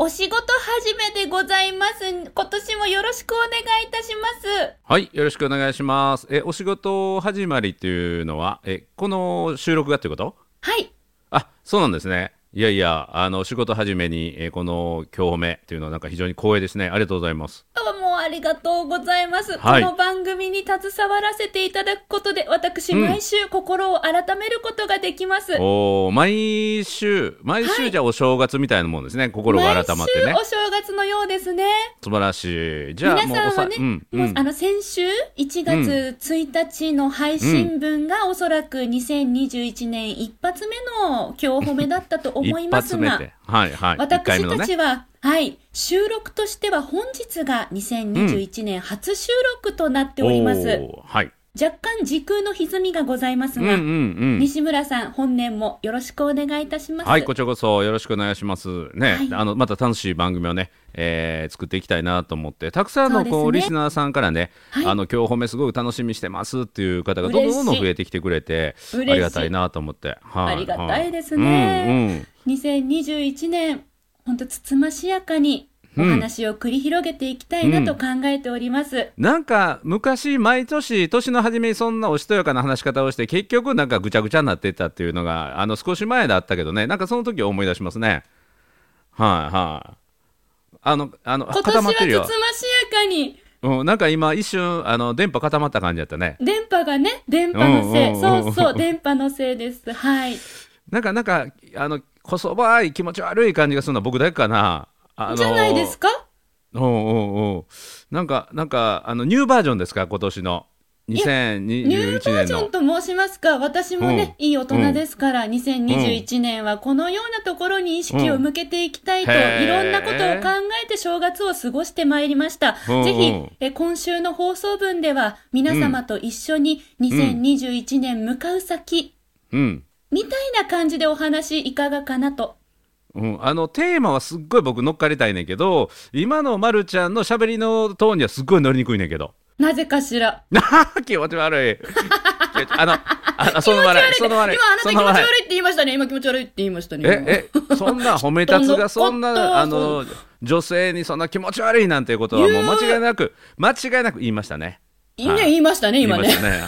お仕事始めでございます。今年もよろしくお願いいたします。はい、よろしくお願いします。え、お仕事始まりっていうのは、え、この収録がってことはい。あ、そうなんですね。いやいや、あの、仕事始めに、え、この今日目っていうのはなんか非常に光栄ですね。ありがとうございます。どうもありがとうございます。はいこの番組に携わらせていただくことで、私、うん毎週心を改めることができます。おー毎週、毎はい週じゃあお正月みたいなもんですね。心が改まってね毎。週お正月のようですね。素晴らしい。じゃあ皆もうさんおさ、はね、うん、うもうんあ。の先週1月1日の配信分がおそらく2021年一発目の今日褒めだったと思い一ます発目が、で。はいはい。一回目私のたね。ちは、はい、収録としては本日が2021年初収録となっております。おーはい。若干時空の歪みがございますうんが、うんうん。西村さん本年もよろしくお願いいたします。はい、こちらこそよろしくお願いします。ね、はいあのまた楽しい番組をね、えー作っていきたいなと思って、たくさんそうのですこうねリスナーさんからね、はいあの今日褒めすごく楽しみにしてますっていう方がどんどんどんど嬉んしい増えてきてくれて、あ嬉しいりがたいなと思って、はありがたいですねうんうん2021年、本当つつましやかにお話を繰り広げていきたいなと考えております。なんか昔毎年年の初めにそんなおしとやかな話し方をして結局なんかぐちゃぐちゃになってたっていうのがあの少し前だったけどねなんかその時を思い出しますねはいはいあのあの今年固まはっつてるよつましやかにうん、なんか今一瞬あの電波固まった感じだったね電波がね、電波のせい、うんうんうんそううんそう、電波のせいです。はい。なんかなんかあのこそばい気持ち悪い感じがするのは僕だけかなあのじゃないですかかおうおうおうなんかなんかあのニューバージョンですか今年のニュー2021バー年ジョンのと申しますか、私もね、うんいい大人ですから、2021年はこのようなところに意識を向けていきたいと、うんへーいろんなことを考えて正月を過ごしてまいりました。うんうんぜひえ、今週の放送分では、皆様と一緒に2021年向かう先、うんみたいな感じでお話いかがかなと。うん、あのテーマはすっごい僕乗っかりたいねんけど今のまるちゃんのしゃべりのトーンにはすっごい乗りにくいねんけど なぜかしら。気持ち 悪い気持ちあのああその笑いその今あな笑いたそ気の持ち悪笑いいって言いましたね。今気持ち悪いって言いましたね。え、え、そんな褒め立つがそ んちょっとな、あの、女性にそんな気持ち悪いなんていうことはもう間違いなく、間違いなく言いましたね。今はい言いましたね、言い今まね。したね。はい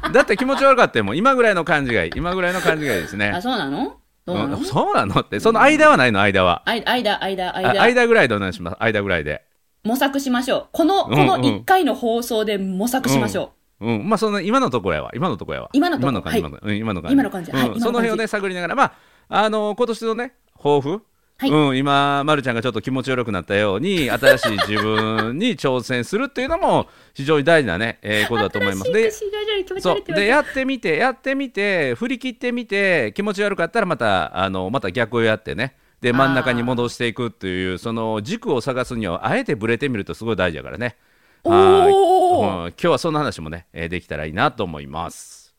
あだって気持ち悪かったよ。もう今ぐらいの感じがいい。今ぐらいの感じがいいですあ、ね。そうなのどうなの、うんそうなのって、その間はないの、間は。あい間、間、あ間間ぐらいでお願いします。間ぐらいで。模索しましょう。この、うこんうんの1回の放送で模索しましょう。うん、まあその今のところやわ今のところやわ今のとこ今の感じ、はいうん今の感じ今の感じうんはい今の感じその辺をね探りながらまああの今年のね抱負はいうん、今、ま、るちゃんがちょっと気持ちよくなったよう に新しい自分に挑戦するっていうのも非常に大事なね、えーことだと思います。で新しい徐々に気持ちそ悪いうって言われでてやってみてやってみて振り切ってみて気持ち悪かったらまたあのまた逆をやってねで真ん中に戻していくっていうその軸を探すにはあえてブレてみるとすごい大事だからね。おーはいうん今日はその話もね、えーできたらいいなと思います。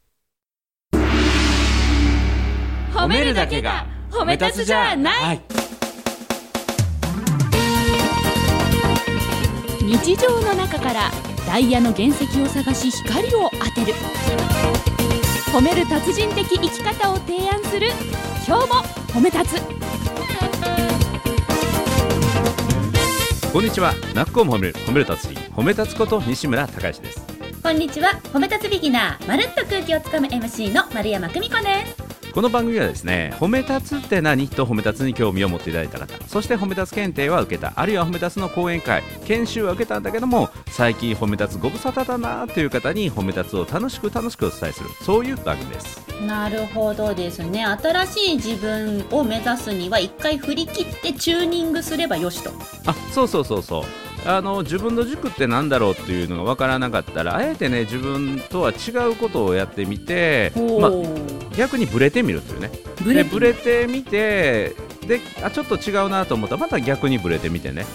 い日常の中からダイヤの原石を探し光を当てる褒める達人的生き方を提案する今日も褒め立つこんにちは、なっこも褒める褒める達人褒め立つこと西村隆史です。こんにちは褒め立つビギナーまるっと空気をつかむ MC の丸山久美子ですこの番組はですね褒め立つって何と褒め立つに興味を持っていただいた方そして褒め立つ検定は受けたあるいは褒め立つの講演会研修は受けたんだけども最近褒め立つご無沙汰だなという方に褒め立つを楽しく楽しくお伝えするそういう番組ですなるほどですね新しい自分を目指すには一回振り切ってチューニングすればよしとあそうそうそうそうあの自分の軸って何だろうっていうのが分からなかったらあえてね自分とは違うことをやってみて、まあ、逆にブレてみるというねブレでブレてみてであちょっと違うなと思ったらまた逆にブレてみてね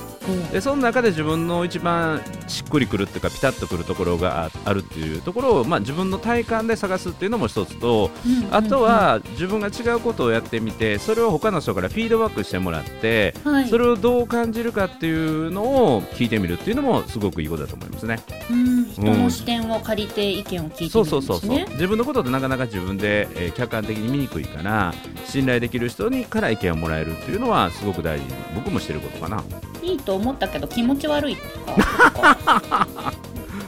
でその中で自分の一番しっくりくるっていうかピタッとくるところがああるっていうところを、まあ、自分の体感で探すっていうのも一つとあと、は自分が違うことをやってみてそれを他の人からフィードバックしてもらってうんうんうんはい、それをどう感じるかっていうのを聞いてみるっていうのもすごくいいことだと思いますね。うん人の視点を借りて意見を聞いてそみるうそんうでそうすそうね。自分のことってなかなか自分で、えー客観的に見にくいから信頼できる人にから意見をもらえるっていうのはすごく大事僕もしてることかないいと思ったけど気持ち悪いと か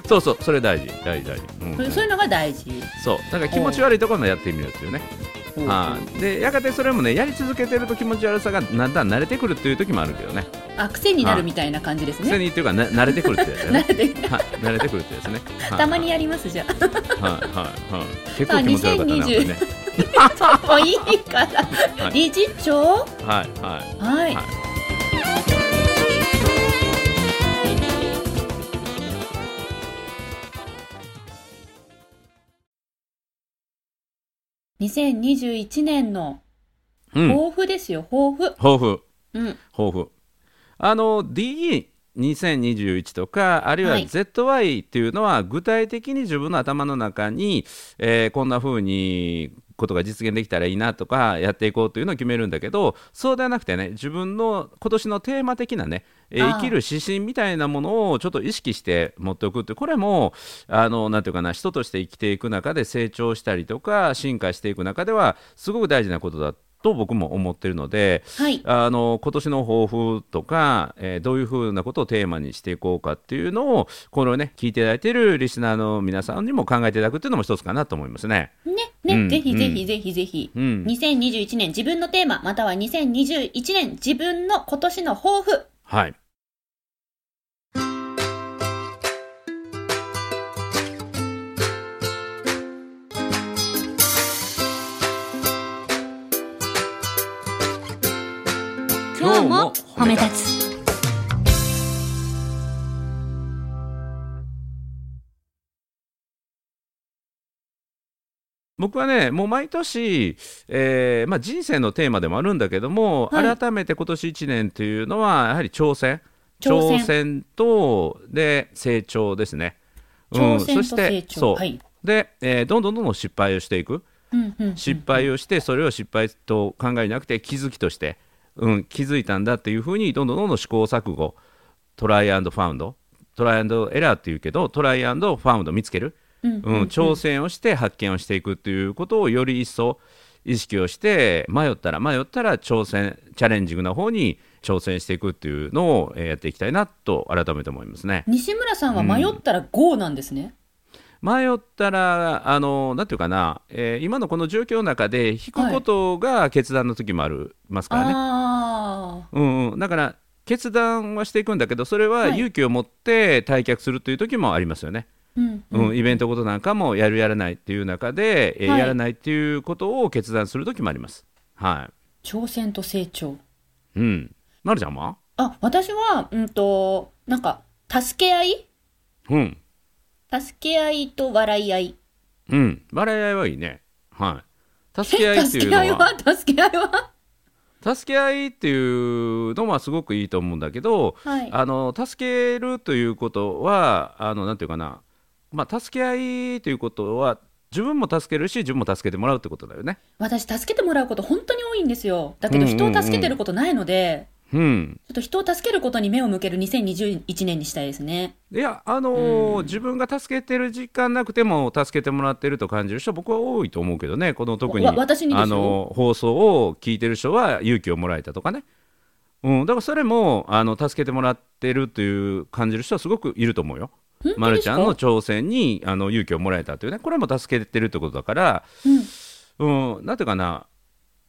そうそうそれ大事大事大事、うんそういうのが大事。そうだから気持ち悪いところもやってみるっていうねはうんいでやがてそれもねやり続けてると気持ち悪さがだんだん慣れてくるっていう時もあるけどねあ癖になるみたいな感じです癖ね。にっていうかな慣れてくるってやつなや ねのではい、慣れてくるってやつね。はいたまにやりますじゃはいはいはい。結構気持ち悪かった2020な、なんかね。あ。 もういいから。はい理事長はいはい。はいは。い2021年のうん。抱負ですよ、抱負。抱負、うん。抱負。あの DE2021 とかあるいははい ZY っていうのは具体的に自分の頭の中に、えーこんな風にことが実現できたらいいなとかやっていこうというのを決めるんだけどそうではなくてね自分の今年のテーマ的なね、えーああ生きる指針みたいなものをちょっと意識して持っておくってこれもあのなんていうかな人として生きていく中で成長したりとか進化していく中ではすごく大事なことだと僕も思ってるので、はい。あの今年の抱負とか、えーどういうふうなことをテーマにしていこうかっていうのをこのね聞いていただいているリスナーの皆さんにも考えていただくっていうのも一つかなと思いますね。ね、ね、うんぜひうんぜひぜひぜひ。うん2021年自分のテーマ、または2021年自分の今年の抱負。はい、今日も褒め立つ僕はねもう毎年、えーまあ、人生のテーマでもあるんだけども、はい改めて今年1年というのはやはり挑戦挑戦とで成長ですね。うん挑戦と成そして長。そう、はい。で、えーどんどんどんどん失敗をしていく。うんうんうん失敗をしてそれを失敗と考えなくて気づきとして、うん、気づいたんだっていうふうにどんどんどんどん試行錯誤トライアンドファウンドトライアンドエラーっていうけどトライアンドファウンド見つける、うんうん挑戦をして発見をしていくっていうことをより一層意識をして迷ったら迷ったら挑戦チャレンジングな方に挑戦していくっていうのをえーやっていきたいなと改めて思いますね。西村さんは迷ったら GO なんですね。迷ったら、あのなんていうかな、えー今のこの状況の中で、引くことが決断の時もありますからね、あうんうん、だから、決断はしていくんだけど、それははい勇気を持って退却するという時もありますよね、あ。うんうんイベントことなんかもやる、やらないっていう中で、えーはいやらないっていうことを決断する時もあります。は挑戦と成長。いうん、なるちゃんは、あ、私は、うんと、なんか、助け合いうん助け合いと笑い合い。うん、笑い合いはいいね、はい、助け合いっていうのは。 助け合いは助け合いは助け合いっていうのはすごくいいと思うんだけど、はいあの助けるということはあのなんていうかな、まあ、助け合いということは自分も助けるし自分も助けてもらうってことだよね。私、助けてもらうこと本当に多いんですよ。だけど、うんうん人うんを助けてることないので、うん、ちょっと人を助けることに目を向ける2021年にしたいですね。いやあのーうん自分が助けてる実感なくても助けてもらってると感じる人僕は多いと思うけどねこの特にわ私にですよあのー放送を聞いてる人は勇気をもらえたとかね、うん、だからそれもあの助けてもらってるという感じる人はすごくいると思うよ。本ま当でるすちかゃんの挑戦にあの勇気をもらえたというねこれも助けてるってことだから、うん。うん、なんていうかな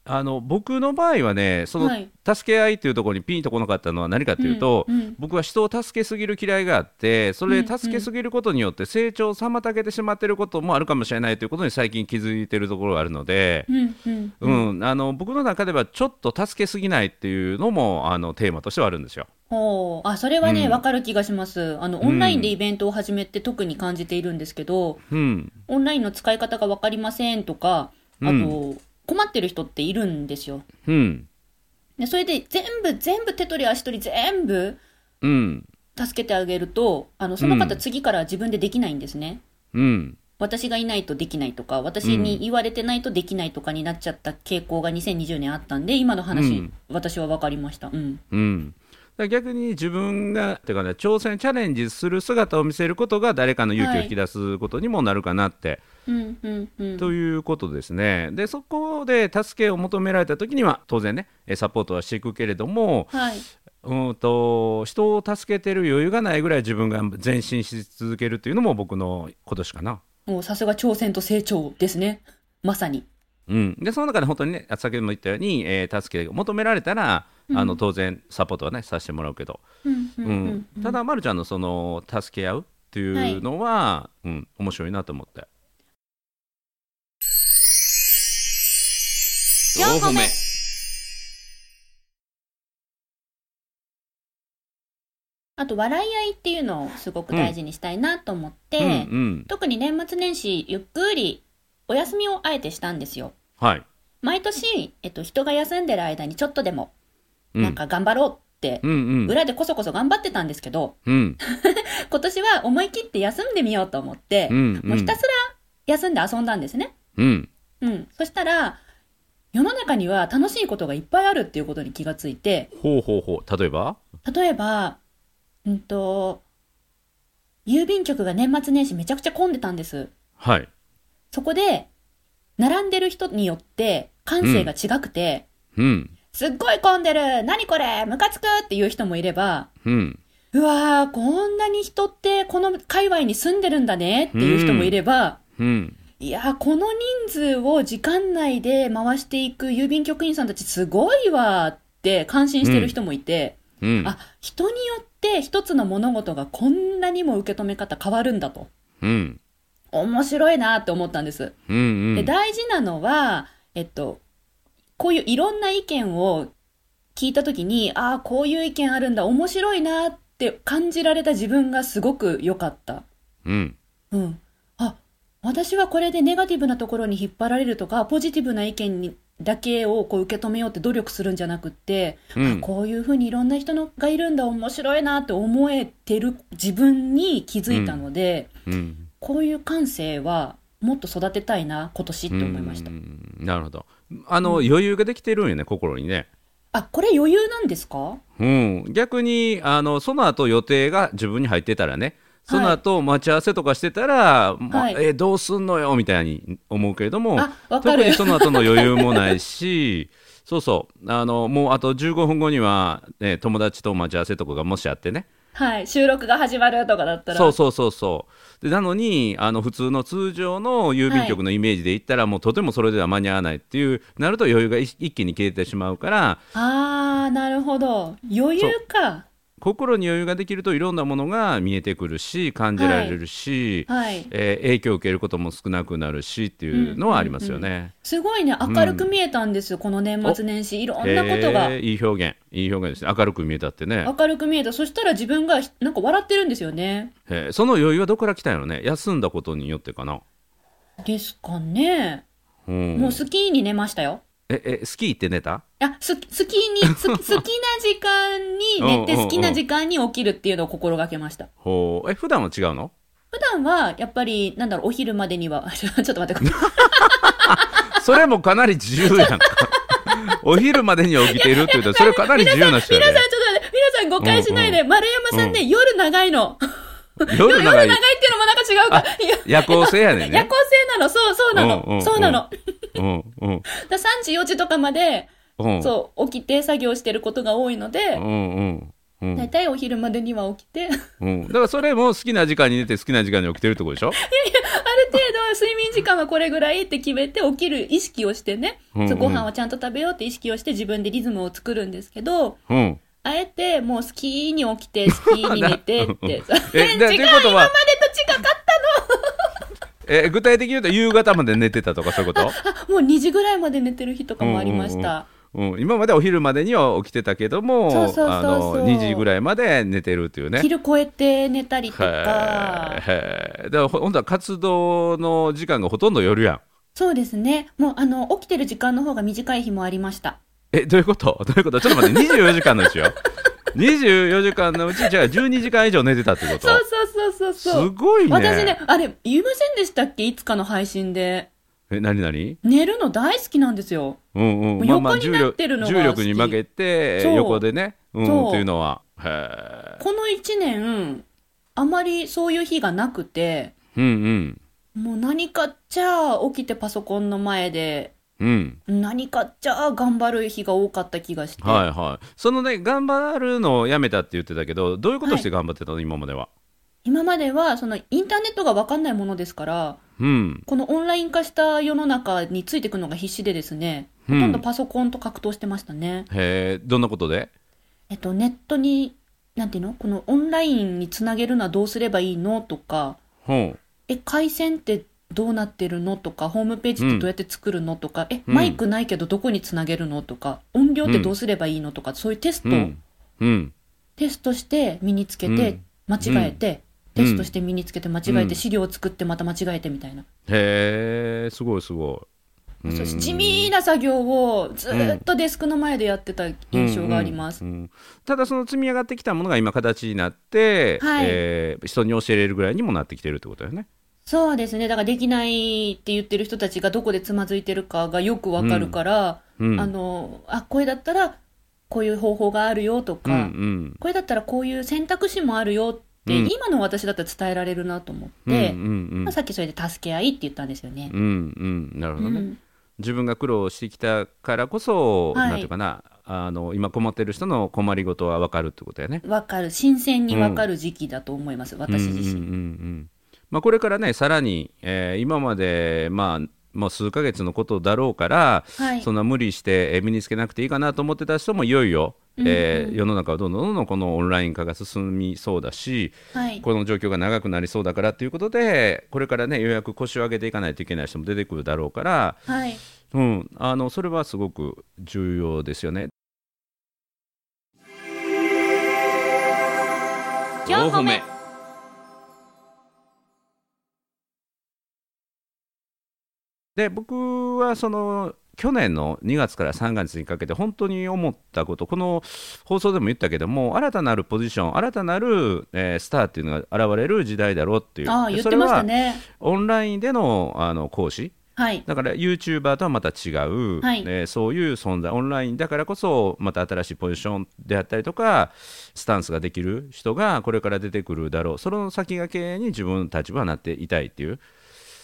あの僕の場合はねそのはい助け合いというところにピンとこなかったのは何かというと、うんうん僕は人を助けすぎる嫌いがあってそれ助けすぎることによって成長を妨げてしまっていることもあるかもしれないということに最近気づいてるところがあるので、うん、うん。う。んあの僕の中ではちょっと助けすぎないっていうのもあのテーマとしてはあるんですよ。ほう。あ、それはね、うんわ、かる気がします。あの、オンラインでイベントを始めて特に感じているんですけど、うん、オンラインの使い方がわかりませんとか、あと、う困ってる人っているんですよ。うん、で、それで全部、全部手取り足取り全部うん、助けてあげると、あの、その方うん次から自分でできないんですね。うん、私がいないとできないとか、私に言われてないとできないとかになっちゃった傾向が2020年あったんで、今の話、うん私はわかりました。うん。うん、から逆に自分がてか、ね、挑戦チャレンジする姿を見せることが誰かの勇気を引き出すことにもなるかなって、うんうんうんということですねでそこで助けを求められた時には当然ねえサポートはしていくけれどもはい、うんと人を助けてる余裕がないぐらい自分が前進し続けるというのも僕の今年かな。もうさすが挑戦と成長ですねまさにうん、でその中で本当にね先ほども言ったように、えー助けが求められたら、あの当然サポートはねさせてもらうけど、うんううんんうんただ、ま、るちゃんのその助け合うっていうのは、うん、面白いなと思って。四歩目あと笑い合いっていうのをすごく大事にしたいなと思って、うんうん特に年末年始ゆっくりお休みをあえてしたんですよはい、毎年、えっと、人が休んでる間にちょっとでもうん、なんか頑張ろうって、うんうん裏でこそこそ頑張ってたんですけどうん今年は思い切って休んでみようと思って、うんうんもうひたすら休んで遊んだんですねうんうん、そしたら世の中には楽しいことがいっぱいあるっていうことに気がついてほうほうほう例えば例えば、うんと、郵便局が年末年始めちゃくちゃ混んでたんです。はいそこで、並んでる人によって感性が違くて、うんすっごい混んでる何これムカつくっていう人もいれば、うんうわー、こんなに人ってこの界隈に住んでるんだねっていう人もいれば、うんいやー、この人数を時間内で回していく郵便局員さんたちすごいわーって感心してる人もいて、うんあ、人によって一つの物事がこんなにも受け止め方変わるんだと。うん面白いなって思ったんです。うんうんで、大事なのは、えっと、こういういろんな意見を聞いたときに、ああ、こういう意見あるんだ、面白いなって感じられた自分がすごく良かった。うんうん。あ、私はこれでネガティブなところに引っ張られるとか、ポジティブな意見にだけをこう受け止めようって努力するんじゃなくって、うんあこういうふうにいろんな人のがいるんだ、面白いなって思えてる自分に気づいたので、うんこういう感性はもっと育てたいな、今年って思いましたう。んなるほどあの、余裕ができてるんよね心にねあ、これ余裕なんですかうん、逆にあのその後予定が自分に入ってたらねその後待ち合わせとかしてたら、まはいえどうすんのよみたいに思うけれどもあわかる特にその後の余裕もないし そうそうあのもうあと15分後には、ね、友達と待ち合わせとかがもしあってねはい、収録が始まるとかだったら。そうそうそうそうでなのにあの普通の通常の郵便局のイメージで言ったら、もうとてもそれでは間に合わないっていうなると余裕が一一気に消えてしまうからあー、なるほど。余裕か。心に余裕ができるといろんなものが見えてくるし感じられるし、はい。えー影響を受けることも少なくなるしっていうのはありますよね。すごいね、明るく見えたんですよ、この年末年始。いろんなことがへーいい表現いい表現ですね明るく見えたってね、明るく見えた。そしたら自分がひなんか笑ってるんですよね。えーその余裕はどこから来たんやろね休んだことによってかな、ですかね。うん、もうスキーに寝ましたよ。ええスキー行って寝たあ、ススキーに、 す好きな時間に寝うてんうんうん好きな時間に起きるっていうのを心がけました。ほうえ普段は違うの普段は、やっぱり、なんだろう、お昼までに は、ちょっと待って、それもかなり自由やんかお昼までに起きているって言ったらそれかなり自由な人皆さやん、ちょっと待って、皆さん誤解しないで、丸山さんね、夜長いの。で夜夜長長いっいていうのもなんか違うか。いや夜行性やねん夜ね行性なの、そう、そうなうんうんうの、んそうなの。うんうんだ3時、4時とかまで、うんそう、起きて作業してることが多いので、うんうんうん大体お昼までには起きて、あるうん、だからそれも好きな時間に寝て好きな時間に起きてるってことでしょ程度睡眠時間はこれぐらいって決めて起きる意識をしてね、うんうんそうご飯をちゃんと食べようって意識をして自分でリズムを作るんですけど、うん。あえてもうスキーに起きて、スキーに寝 てって、 全然違う、今まだでとということは、違かえ具体的に言うと夕方まで寝てたとかそういうことった。もう2時ぐらいまで寝てる日とかもありました。うん、今までお昼までには起きてたけどもそうそうそうそうあの2時ぐらいまで寝てるっていうね。昼超えて寝たりとはいか、はいだからほほんとは活動の時間がほとんど夜やん。そうですね。もうあの、起きてる時間の方が短い日もありました。えどういうことどういうことちょっと待って24時間の うちよ。24時間のうちじゃあ12時間以上寝てたってことそうそうそうそうそう。すごいね。私ね、あれ、言いませんでしたっけいつかの配信で。え何何寝るの大好きなんですよ。うんうん、横になってるのが好き重力に負けてそう横でね、うん、そうっていうのはへえこの1年、あまりそういう日がなくて、うんもう何かっちゃ起きてパソコンの前で、うんうん何かっちゃ頑張る日が多かった気がして。はいはいそのね頑張るのをやめたって言ってたけどどういうことして頑張ってたの、今までは今までは、そのインターネットがわかんないものですから、うんこのオンライン化した世の中についていくのが必死でですね、ほうんとんどパソコンと格闘してましたね。へえどんなことでえっと、ネットに、なんていうのこのオンラインにつなげるのはどうすればいいのとか、ほえ、回線ってどうなってるのとか、ホームページってどうやって作るのとか、え、うんマイクないけどどこにつなげるのとか、音量ってどうすればいいのとか、そういうテストうを、うんうんテストして身につけうてん、間違えて、うんテストして身につけて間違えうんて、資料を作ってまた間違えてみたいな。へえすごいすごいうんそう地味な作業をずーっとデスクの前でやってた印象があります。うんうんうんただその積み上がってきたものが今形になって、はいえー人に教えれるぐらいにもなってきてるってことだよね。そうですね。だからできないって言ってる人たちがどこでつまずいてるかがよくわかるから、うんあの、あ、これだったらこういう方法があるよとうんうか、んこれだったらこういう選択肢もあるよって、うん今の私だったら伝えられるなと思っうんて、うんうんまあ、さっきそれで助け合いって言ったんですよね。うんうんなるほどね、うん自分が苦労してきたからこそ、はいなんていうかなあの今困ってる人の困りごとは分かるってことやね。わかる。新鮮にわかる時期だと思います、私自身。うんうんうんうんまあ、これからねさらに、えー今まで、まあ、もう数ヶ月のことだろうから、はいそんな無理してえー身につけなくていいかなと思ってた人もいよいよ、えー世の中はどんどんどんどんこのオンライン化が進みそうだしはい。この状況が長くなりそうだからということでこれからねようやく腰を上げていかないといけない人も出てくるだろうから、はい。うん、あのそれはすごく重要ですよね。 4歩目で僕はその去年の2月から3月にかけて本当に思ったことこの放送でも言ったけども新たなるポジション新たなる、えースターっていうのが現れる時代だろうっていうああ、で言っそてれましたはね。オンラインでのあの講師はい。だから YouTuber とはまた違う、はいえーそういう存在オンラインだからこそまた新しいポジションであったりとかスタンスができる人がこれから出てくるだろうその先駆けに自分たちはなっていたいっていう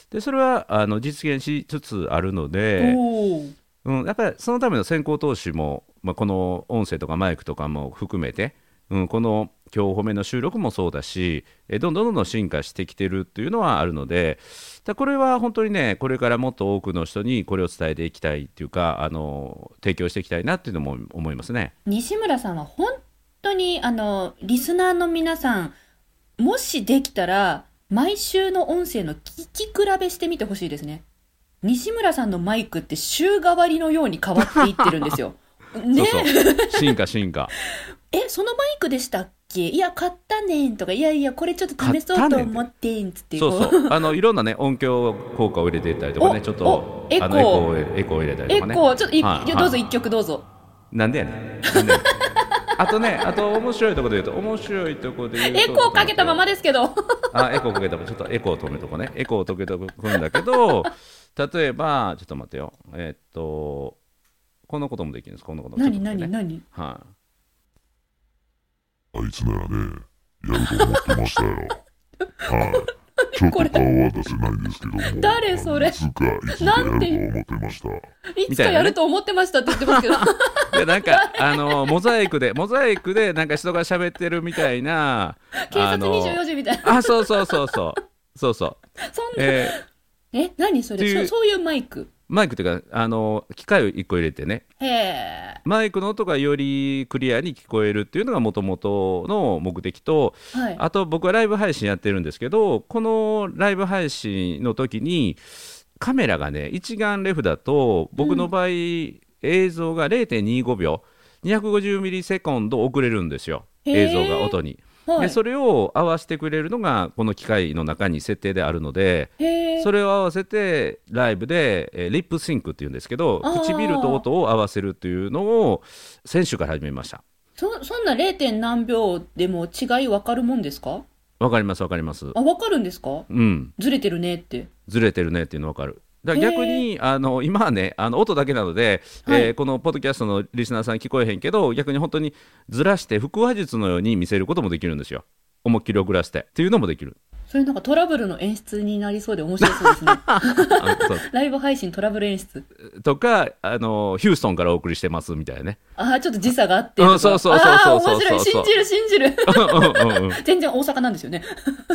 でそれはあの実現しつつあるので、おお。うん、やっぱりそのための先行投資も、まあ、この音声とかマイクとかも含めて、うん、この今日お褒めの収録もそうだしえどんどんどんどん進化してきてるっていうのはあるのでだこれは本当にねこれからもっと多くの人にこれを伝えていきたいっていうかあの提供していきたいなっていうのも思いますね。西村さんは本当にあのリスナーの皆さんもしできたら毎週の音声の聞き比べしてみてほしいですね西村さんのマイクって週替わりのように変わっていってるんですよね そうそう進化進 化えそのマイクでしたっけいや買ったねんとかいやいやこれちょっと試そうと思ってんつってそうこそうあのいろんなね音響効果を入れていったりとかねおちょっとおエコーあのエコーを入れエコーを入れたりえとかね。こうちょっといはいどうぞ一曲どうぞなんでやねん。なんでやねんあとね、あと面白いとこで言うと、面白いとこで言うエと。コーかけたままですけどあ、エコーかけたまま、ちょっとエコー止めとこね。エコーを止めとくんだけど、例えば、ちょっと待ってよ。えっと、こんなこともできるんです。こんなことも。何ちょっと待何ってね何はい、あいつならね、やると思ってま したよ。はい。ちょっとこれ顔は出せないんですけども。誰それいつか、いつかやると思ってました。いつかやると思ってましたって言って ますけど でなんかあのモザイクでモザイクでなんか人が喋ってるみたいな警察あの24時みたいなあそうそうそうそうそうそうそんなえーえ、何そってれいうそそういうマイクマイクっていうかあの機械を1個入れてねへえ。マイクの音がよりクリアに聞こえるっていうのがもともとの目的とはい。あと僕はライブ配信やってるんですけどこのライブ配信の時にカメラがね一眼レフだと僕の場合、映像が0.25秒250ミリセコンド遅れるんですよへー映像が音に。はでい。それを合わせてくれるのがこの機械の中に設定であるので。へえ。それを合わせてライブで、えーリップシンクっていうんですけどあー唇と音を合わせるっていうのを先週から始めましたそ、そんな 0. 点何秒でも違いわかるもんですかわかりますわかりますあ、わかるんですかうんずれてるねって。ずれてるねっていうのわかるだから逆にあの今はねあの音だけなので、はいえーこのポッドキャストのリスナーさん聞こえへんけど逆に本当にずらして腹話術のように見せることもできるんですよ思いっきり遅らせてっていうのもできるそれなんかトラブルの演出になりそうで面白そうです ね。あのそうライブ配信トラブル演出。とかあのヒューストンからお送りしてますみたいなね ああ、ちょっと時差があってとか。うんそうそうそうそうそああ、う面白い。信じる信じ る。うんうんうんうん全然大阪なんですよね。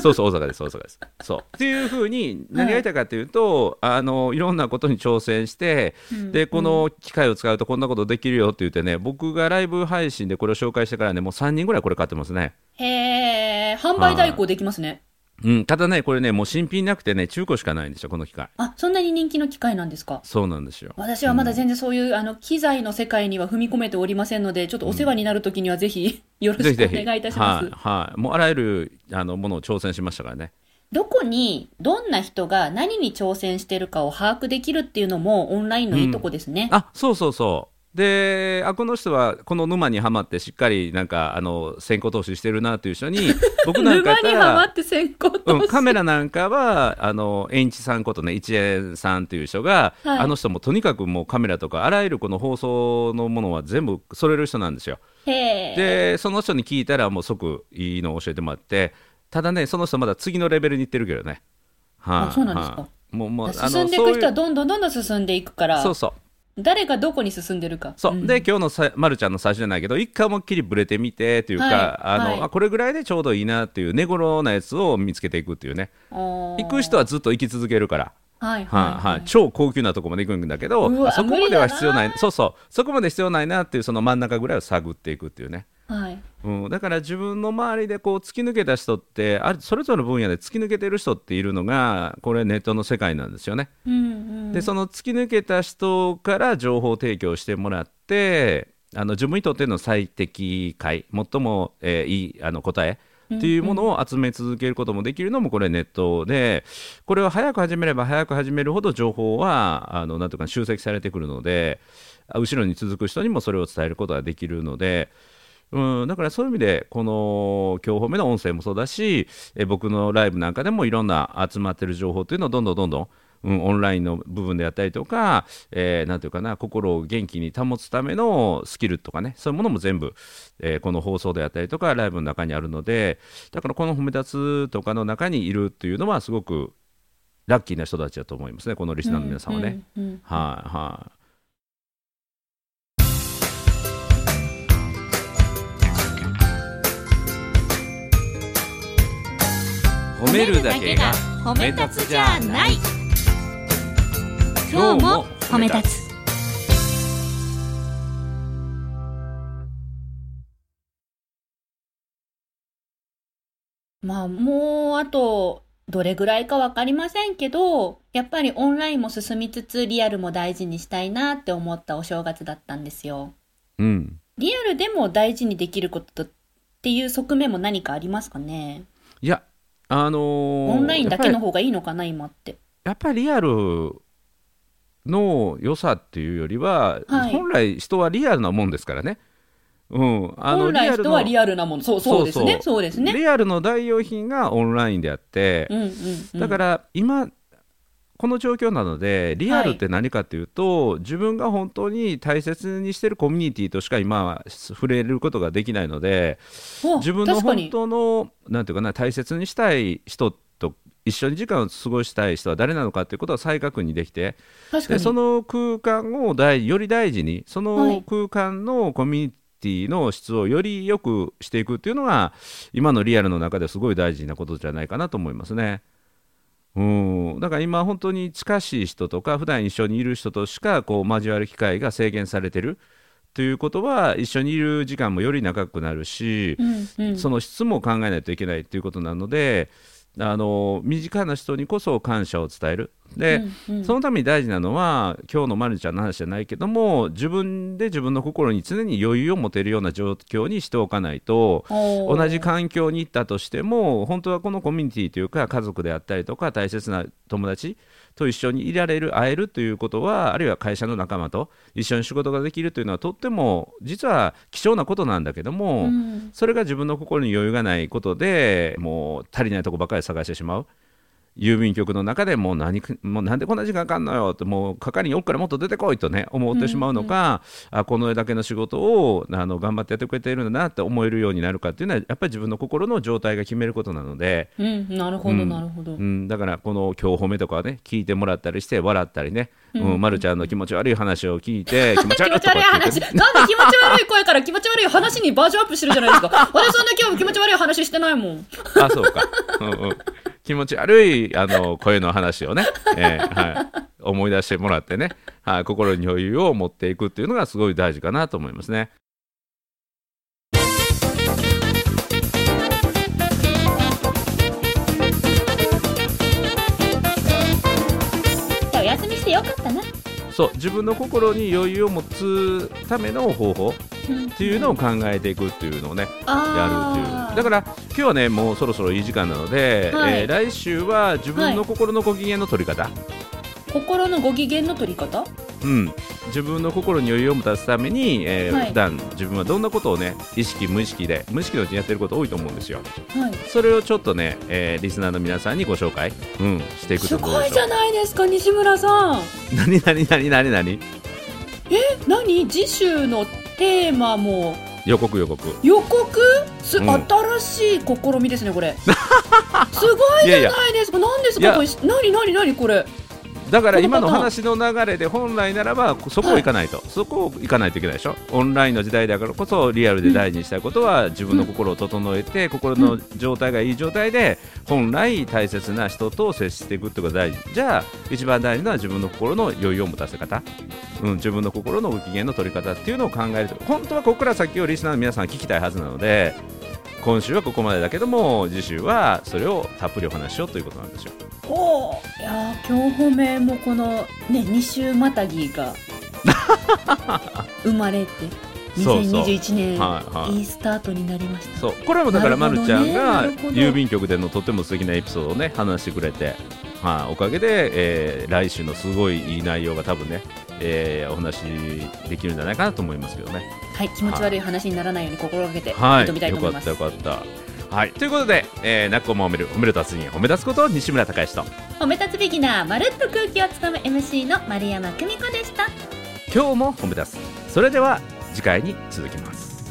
そうそう大阪です大阪ですそう っていうふうに何が言いたいかというと、い、あのいろんなことに挑戦して、でこの機械を使うとこんなことできるよって言ってね僕がライブ配信でこれを紹介してからねもう3人ぐらいこれ買ってますねへえ、販売代行できますね。うん、ただね、これね、もう新品なくてね、中古しかないんですよ、この機械。あ、そんなに人気の機械なんですかそうなんですよ。私はまだ全然そういう、あの、機材の世界には踏み込めておりませんので、ちょっとお世話になるときにはぜひ、 よろしぜひくぜおひ。願いいたします。はい、はい。もうあらゆるあのものを挑戦しましたからね。どこに、どんな人が何に挑戦してるかを把握できるっていうのも、オンラインのいいとこですね。あ、そうそうそう。で、あ、この人はこの沼にはまってしっかりなんか、あの、先行投資してるなという人に、僕なんかや沼っ にたはまっら、て先行う投ん、資。カメラなんかは、あの、円一さんことね、一円さんという人が、はいあの人もとにかくもうカメラとか、あらゆるこの放送のものは全部それる人なんですよ。へえ。でその人に聞いたらもう即いいのを教えてもらってただねその人まだ次のレベルに行ってるけどねはいあそうなんですかはいもうもう進んでいく人はどどんどんどんどん進んでいくから、そうそう誰がどこに進んでるか。そう、んで今日のさ、ま、るちゃんの最初じゃないけど一回思いっきりブレてみてというか、はいあのはいあこれぐらいでちょうどいいなっていう寝頃なやつを見つけていくっていうね行行く人はずっと行き続けるから。はいはいはいはい、超高級なとこまで行くんだけどうわあそこまでは必要ない無理だなそうそうそこまで必要ないなっていうその真ん中ぐらいを探っていくっていうねはい。うん、だから自分の周りでこう突き抜けた人ってあるそれぞれの分野で突き抜けてる人っているのがこれネットの世界なんですよね。うんうん。でその突き抜けた人から情報提供してもらってあの自分にとっての最適解最も、えーいいあの答えっていうものを集め続けることもできるのもこれネットでこれを早く始めれば早く始めるほど情報はあのなんとか集積されてくるのであ後ろに続く人にもそれを伝えることができるので。うん、だからそういう意味でこの今日褒めの音声もそうだしえ僕のライブなんかでもいろんな集まってる情報というのをどんどんどんどん、うん、オンラインの部分であったりとか、えーなんていうかな心を元気に保つためのスキルとかねそういうものも全部、えーこの放送であったりとかライブの中にあるのでだからこの褒め立つとかの中にいるっていうのはすごくラッキーな人たちだと思いますねこのリスナーの皆さんはね。うんうんうんはいはい褒めるだけが褒め立つじゃない今日も褒め立つまあもうあとどれぐらいかわかりませんけど、やっぱりオンラインも進みつつリアルも大事にしたいなって思ったお正月だったんですよ。うん、リアルでも大事にできることっていう側面も何かありますかねいやあのーオンラインだけやっぱりの方がいいのかな今って。やっぱりリアルの良さっていうよりは、はい本来人はリアルなもんですからね。うん、あ本来人はリアアルなもの。そう、そうですね。そうですね。リアルの代用品がオンラインであって、うんうんうん。だから今この状況なのでリアルって何かっていうと、自分が本当に大切にしてるコミュニティとしか今は触れることができないのでお、自分の確か本に。当のなんていうかな大切にしたい人と一緒に時間を過ごしたい人は誰なのかっていうことを再確認できて、確かでに。その空間を大より大事にそはいの空間のコミュニティの質をより良くしていくっていうのが今のリアルの中ですごい大事なことじゃないかなと思いますね。うん、だから今本当に近しい人とか普段一緒にいる人としかこう交わる機会が制限されてるということは一緒にいる時間もより長くなるし、うんうん。その質も考えないといけないということなのであの身近な人にこそ感謝を伝えるで、うんうんそのために大事なのは今日のまるちゃんの話じゃないけども自分で自分の心に常に余裕を持てるような状況にしておかないとおー同じ環境に行ったとしても本当はこのコミュニティというか家族であったりとか大切な友達と一緒にいられる会えるということはあるいは会社の仲間と一緒に仕事ができるというのはとっても実は貴重なことなんだけども、うんそれが自分の心に余裕がないことでもう足りないとこばかり探してしまう郵便局の中でもう何くもうなんでこんな時間かかんのよってもう係におっからもっと出てこいとね思ってしまうのか、あこのだけの仕事をあの頑張ってやってくれているんだなって思えるようになるかっていうのはやっぱり自分の心の状態が決めることなので、うん、なるほど、うんなるほどう。ん、だからこの「今日褒め」とかはね聞いてもらったりして笑ったりね、うんうんま、るちゃんの気持ち悪い話を聞い て気持ち気悪持いちとか悪いって言っ話。てなんで気持ち悪い声から気持ち悪い話にバージョンアップしてるじゃないです か。私そんな今日気持ち悪い話してないもん。あそうか、うんうん、気持ち悪いあの声の話 をね、えーはい、思い出してもらってね、はい、心に余裕を持っていくっていうのがすごい大事かなと思いますね。お休みしてよかったな。っそう自分の心に余裕を持つための方法っていうのを考えていくっていうのをねやるっていうだから今日はねもうそろそろいい時間なので、はいえー来週は自分の心のご機嫌の取り方、心のご機嫌の取り方うん、自分の心に余裕を持たすために、えーはい普段自分はどんなことをね意識無意識で無意識のうちにやってること多いと思うんですよはい。それをちょっとね、えーリスナーの皆さんにご紹介、うん、していくすとどうごでいしじょゃうないですか、西村さん。何何何何何何次週のテーマも予告予告予告す、うん新しい試みですね、 これ。すごいいじやいゃやないですか。何ですいやか、これ。何、何、何、これ。だから今こののパタ話の流れで本来ならばそこを行かないと、そこを行かないといけないでしょオンラインの時代だからこそリアルで大事にしたいことは自分の心を整えて、心の状態がいい状態で本来大切な人と接していくってことが大事じゃあ一番大事なのは自分の心の余裕を持たせ方、うん、自分の心のご機嫌の取り方っていうのを考えると本当はここから先をリスナーの皆さん聞きたいはずなので今週はここまでだけども次週はそれをたっぷりお話ししようということなんですよ。おお。いやー、今日褒めもこの、ね、二週またぎ が生まれて、そうそう2021年、はいはいいスタートになりました。そうこれもだからまなるるほちどゃねんがなるほど郵便局でのとても素敵なエピソードをね話してくれて、はい、おかげで、えー来週のすごいいい内容が多分ね、えーお話できるんじゃないかなと思いますけどね。はい、気持ち悪い話にならないように心がけて、はい、挑みたいとよ思かいまっす。たよかった。はい、ということで、えー、なっこも褒める褒める達人褒め立つこと西村隆之と褒め立つビギナー、まるっと空気をつかむ MC の丸山久美子でした。今日も褒め立つそれでは次回に続きます。